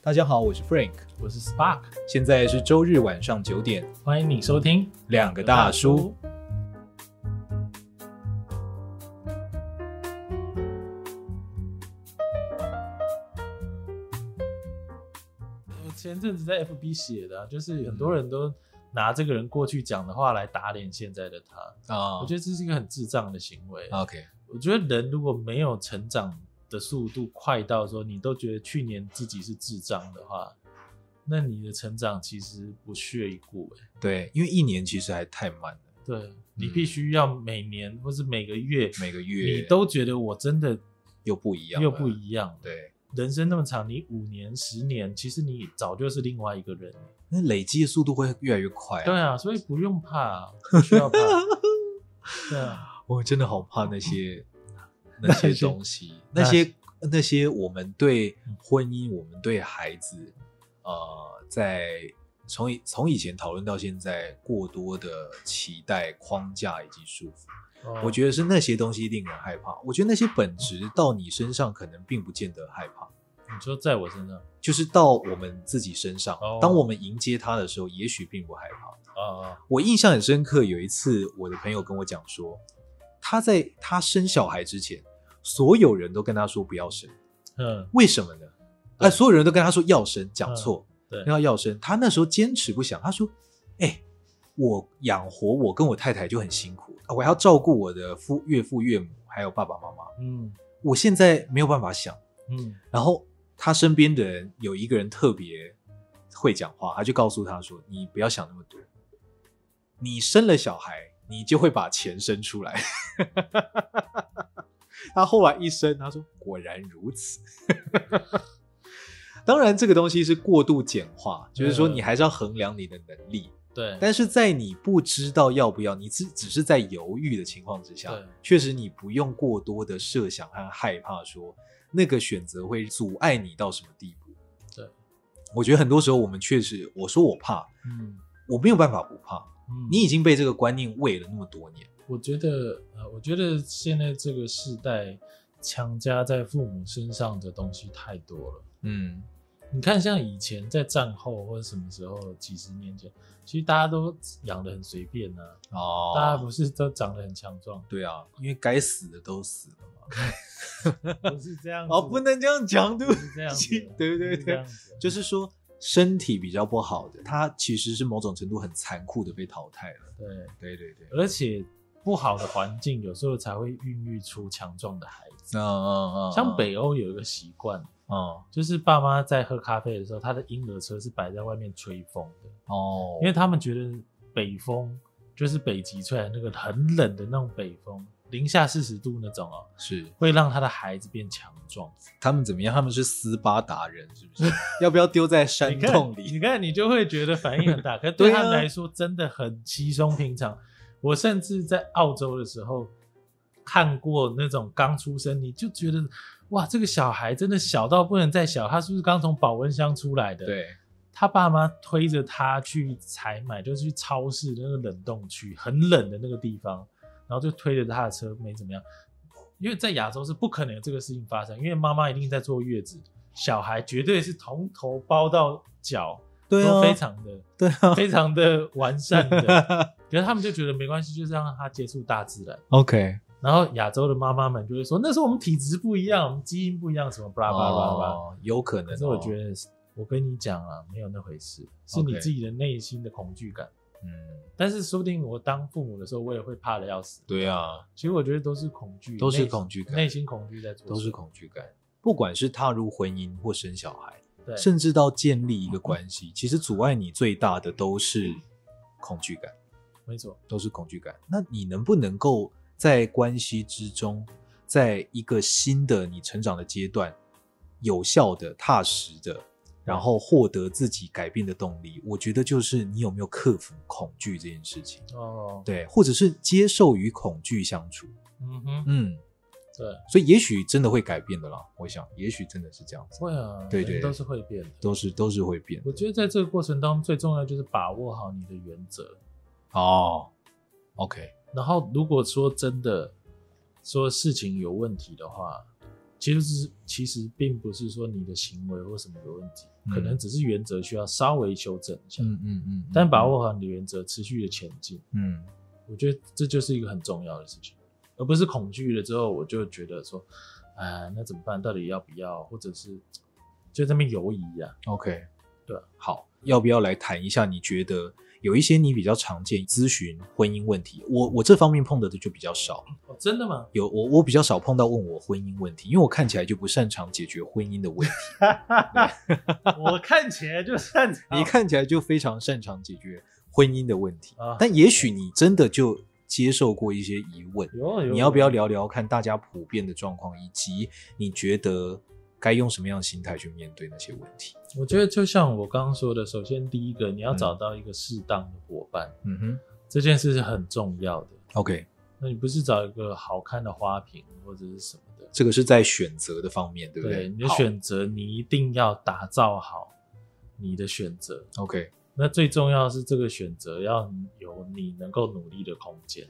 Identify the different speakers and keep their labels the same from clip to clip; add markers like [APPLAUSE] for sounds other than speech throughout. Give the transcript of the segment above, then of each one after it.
Speaker 1: 大家好，我是 Frank，
Speaker 2: 我是 Spark，
Speaker 1: 现在是周日晚上九点，
Speaker 2: 欢迎你收听
Speaker 1: 两个大叔。
Speaker 2: 我前阵子在 FB 写的啊、就是很
Speaker 1: 嗯
Speaker 2: 多人都拿这个人过去讲的话来打脸现在的他，
Speaker 1: 啊
Speaker 2: 我觉得这是一个很智障的行为。
Speaker 1: OK，
Speaker 2: 我觉得人如果没有成长的速度快到说你都觉得去年自己是智障的话，那你的成长其实不屑一顾、欸。
Speaker 1: 对，因为一年其实还太慢了，
Speaker 2: 对你必须要每年或是每个月，
Speaker 1: 嗯每个月
Speaker 2: 你都觉得我真的
Speaker 1: 又不一样了，
Speaker 2: 又不一样。
Speaker 1: 对，
Speaker 2: 人生那么长，你五年、十年，其实你早就是另外一个人。
Speaker 1: 那累积的速度会越来越快、
Speaker 2: 对，啊，所以不用怕，啊不需要怕。对啊，
Speaker 1: 我真的好怕那
Speaker 2: [LAUGHS]
Speaker 1: 些那些东西，那
Speaker 2: 那
Speaker 1: 些那些我们对
Speaker 2: 嗯
Speaker 1: 婚姻，我们对孩子，呃，在从以从以前讨论到现在，过多的期待框架以及束缚。我
Speaker 2: 得
Speaker 1: 觉得是那些东西令人害怕。我觉得那些本质到你身上可能并不见得害怕，
Speaker 2: 你说在我身上
Speaker 1: 就是到我们自己身上
Speaker 2: 哦，
Speaker 1: 当我们迎接它的时候，也许并不害怕。
Speaker 2: 啊啊，
Speaker 1: 我印象很深刻，有一次我的朋友跟我讲说，他在他生小孩之前，所有人都跟他说不要生，
Speaker 2: 嗯，
Speaker 1: 为什么呢？
Speaker 2: 对
Speaker 1: 呃，
Speaker 2: 嗯
Speaker 1: 所有人都跟他说要生，讲错，
Speaker 2: 对
Speaker 1: 要要生。他那时候坚持不想，他说：“哎、我养活我跟我太太就很辛苦，我还要照顾我的父岳父岳母还有爸爸妈妈，
Speaker 2: 嗯
Speaker 1: 我现在没有办法想。
Speaker 2: 嗯，”
Speaker 1: 然后他身边的人有一个人特别会讲话，他就告诉他说：“你不要想那么多，你生了小孩，你就会把钱生出来。”他后来一生，他说：“果然如此。”当然，这个东西是过度简化，就是说
Speaker 2: 嗯
Speaker 1: 你还是要衡量你的能力。
Speaker 2: 对，
Speaker 1: 但是在你不知道要不要，你只只是在犹豫的情况之下
Speaker 2: 对，
Speaker 1: 确实你不用过多的设想和害怕说那个选择会阻碍你到什么地步。
Speaker 2: 对，
Speaker 1: 我觉得很多时候我们确实，我说我怕，
Speaker 2: 嗯
Speaker 1: 我没有办法不怕。
Speaker 2: 嗯，
Speaker 1: 你已经被这个观念喂了那么多年，
Speaker 2: 我觉得，呃，我觉得现在这个时代强加在父母身上的东西太多了。
Speaker 1: 嗯，
Speaker 2: 你看，像以前在战后或者什么时候，几十年前，其实大家都养的很随便啊，大家
Speaker 1: 哦，，
Speaker 2: 不是都长得很强壮
Speaker 1: [LAUGHS] 对啊，因为该死的都死了嘛。
Speaker 2: 不是这样子的。
Speaker 1: 哦，不能这样讲，对
Speaker 2: 不
Speaker 1: 不对？，
Speaker 2: 是这样子的
Speaker 1: 对对对
Speaker 2: 不是这样子的
Speaker 1: 就是说，身体比较不好的，他其实是某种程度很残酷的被淘汰了。
Speaker 2: 对，
Speaker 1: 对对对，
Speaker 2: 而且不好的环境有时候才会孕育出强壮的孩子。
Speaker 1: 嗯嗯嗯，
Speaker 2: 像北欧有一个习惯，
Speaker 1: 嗯
Speaker 2: 就是爸妈在喝咖啡的时候，他的婴儿车是摆在外面吹风的，
Speaker 1: 哦，
Speaker 2: 因为他们觉得北风就是北极吹来那个很冷的那种北风，零下四十度那种哦，
Speaker 1: 是
Speaker 2: 会让他的孩子变强壮。
Speaker 1: 他们怎么样？他们是斯巴达人，是
Speaker 2: [LAUGHS]
Speaker 1: 不是？要不要丢在
Speaker 2: 你
Speaker 1: 山
Speaker 2: 看
Speaker 1: 洞，
Speaker 2: 你
Speaker 1: 里？
Speaker 2: 看，你就会觉得反应很大，可是
Speaker 1: 对
Speaker 2: 对
Speaker 1: 啊
Speaker 2: 他们来说真的很稀松平常。我甚至在澳洲的时候看过那种刚出生，你就觉得哇，这个小孩真的小到不能再小，他是不是刚从保温箱出来的？，
Speaker 1: 对，
Speaker 2: 他爸妈推着他去采买，就是去超市的那个冷冻区，很冷的那个地方，然后就推着他的车，没怎么样。因为在亚洲是不可能有这个事情发生，因为妈妈一定在坐月子，小孩绝对是从头包到脚，
Speaker 1: 对啊，
Speaker 2: 都非常的
Speaker 1: 对啊
Speaker 2: 非常的完善的。可是他们就觉得没关系，就是让他接触大自然。
Speaker 1: [LAUGHS] ，OK，
Speaker 2: 然后亚洲的妈妈们就会说，那是我们体质不一样，我们基因不一样，什么巴拉巴拉巴拉巴拉。
Speaker 1: 哦，有可能哦。
Speaker 2: 可是我觉得，我跟你讲啊，没有那回事，是你
Speaker 1: OK
Speaker 2: 自己的内心的恐惧感。
Speaker 1: 嗯，
Speaker 2: 但是说不定我当父母的时候，我也会怕的要死。
Speaker 1: 对啊，
Speaker 2: 其实我觉得都是恐惧，
Speaker 1: 都是
Speaker 2: 内
Speaker 1: 恐惧感
Speaker 2: 内心恐惧在做，
Speaker 1: 都是恐惧感。不管是踏入婚姻或生小孩，
Speaker 2: 对，
Speaker 1: 甚至到建立一个关系，其实阻碍你最大的都是恐惧感。
Speaker 2: 没错，
Speaker 1: 都是恐惧感。那你能不能够在关系之中，在一个新的你成长的阶段，有效的、踏实的，然后获得自己改变的动力？我觉得就是你有没有克服恐惧这件事情，
Speaker 2: 哦，
Speaker 1: 对，或者是接受与恐惧相处。
Speaker 2: 嗯哼，
Speaker 1: 嗯，
Speaker 2: 对，
Speaker 1: 所以也许真的会改变的啦。我想，也许真的是这样子，
Speaker 2: 会啊，
Speaker 1: 对对
Speaker 2: 人都是会变的。
Speaker 1: 都是都是会变的
Speaker 2: 我觉得在这个过程当中，最重要就是把握好你的原则。
Speaker 1: 哦。OK，
Speaker 2: 然后，如果说真的说事情有问题的话，其实是其实并不是说你的行为或什么有问题，
Speaker 1: 嗯
Speaker 2: 可能只是原则需要稍微修正一下，
Speaker 1: 嗯嗯嗯，
Speaker 2: 但把握好你的原则，持续的前进，
Speaker 1: 嗯
Speaker 2: 我觉得这就是一个很重要的事情，而不是恐惧了之后我就觉得说，啊，那怎么办？到底要不要？或者是就在那边犹疑啊，
Speaker 1: OK，
Speaker 2: 对啊，
Speaker 1: 好，要不要来谈一下？你觉得有一些你比较常见咨询婚姻问题，我我这方面碰到的就比较少，
Speaker 2: 哦，真的吗？
Speaker 1: 有我我比较少碰到问我婚姻问题，因为我看起来就不擅长解决婚姻的
Speaker 2: [LAUGHS]
Speaker 1: 问题，
Speaker 2: 我看起来就擅长
Speaker 1: 你看起来就非常擅长解决婚姻的问题，
Speaker 2: [LAUGHS] [LAUGHS] 啊
Speaker 1: 但也许你真的就接受过一些疑问，
Speaker 2: 有啊有，
Speaker 1: 你要不要聊聊看大家普遍的状况，以及你觉得该用什么样的心态去面对那些问题？
Speaker 2: 我觉得就像我刚刚说的，首先第一个，你要找到一个适当的伙伴，
Speaker 1: 嗯哼
Speaker 2: 这件事是很重要的。
Speaker 1: ，OK，
Speaker 2: 那你不是找一个好看的花瓶或者是什么的，
Speaker 1: 这个是在选择的方面，对不对？
Speaker 2: 你的
Speaker 1: 好
Speaker 2: 选择你一定要打造好你的选择。
Speaker 1: OK，
Speaker 2: 那最重要的是这个选择要有你能够努力的空间，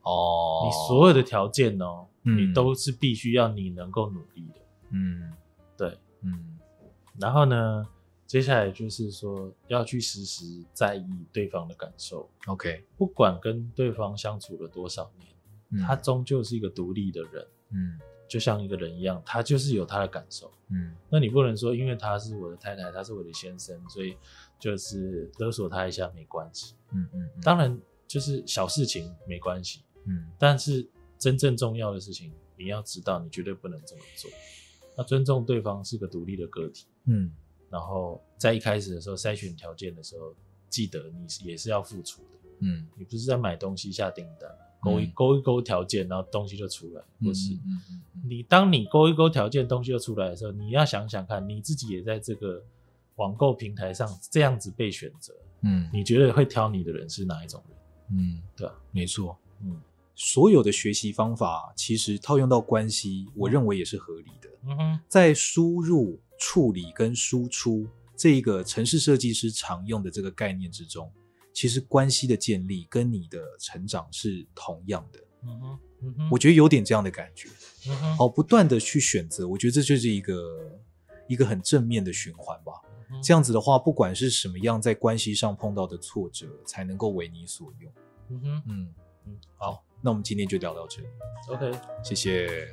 Speaker 1: 哦，
Speaker 2: 你所有的条件哦，
Speaker 1: 嗯
Speaker 2: 你都是必须要你能够努力的。
Speaker 1: 嗯
Speaker 2: 对，
Speaker 1: 嗯
Speaker 2: 然后呢，接下来就是说要去时时在意对方的感受，
Speaker 1: ，OK，
Speaker 2: 不管跟对方相处了多少年，
Speaker 1: 嗯
Speaker 2: 他终究是一个独立的人，
Speaker 1: 嗯
Speaker 2: 就像一个人一样，他就是有他的感受。
Speaker 1: 嗯
Speaker 2: 那你不能说，因为他是我的太太，他是我的先生，所以就是勒索他一下没关系。
Speaker 1: 嗯嗯，嗯
Speaker 2: 当然，就是小事情没关系，
Speaker 1: 嗯
Speaker 2: 但是真正重要的事情，你要知道，你绝对不能这么做。那尊重对方是个独立的个体，
Speaker 1: 嗯
Speaker 2: 然后在一开始的时候筛选条件的时候，记得你是也是要付出的。
Speaker 1: 嗯，
Speaker 2: 你不是在买东西下订单，勾一勾一勾条件，然后东西就出来，不是？
Speaker 1: 嗯嗯嗯
Speaker 2: 你当你勾一勾条件，东西就出来的时候，你要想想看，你自己也在这个网购平台上这样子被选择，
Speaker 1: 嗯嗯
Speaker 2: 你觉得会挑你的人是哪一种人？
Speaker 1: 嗯，
Speaker 2: 对啊，
Speaker 1: 没错，
Speaker 2: 嗯
Speaker 1: 所有的学习方法其实套用到关系，我认为也是合理的。
Speaker 2: 嗯哼，
Speaker 1: 在输入、处理跟输出这一个城市设计师常用的这个概念之中，其实关系的建立跟你的成长是同样的。
Speaker 2: 嗯哼，嗯哼
Speaker 1: 我觉得有点这样的感觉。
Speaker 2: 嗯哼，
Speaker 1: 好，不断的去选择，我觉得这就是一个一个很正面的循环吧。这
Speaker 2: 样，
Speaker 1: 样子的话，不管是什么样在关系上碰到的挫折，才能够为你所用。
Speaker 2: 嗯哼
Speaker 1: 嗯，
Speaker 2: 嗯，
Speaker 1: 好，那我们今天就聊到这里，
Speaker 2: ，OK。
Speaker 1: 谢谢。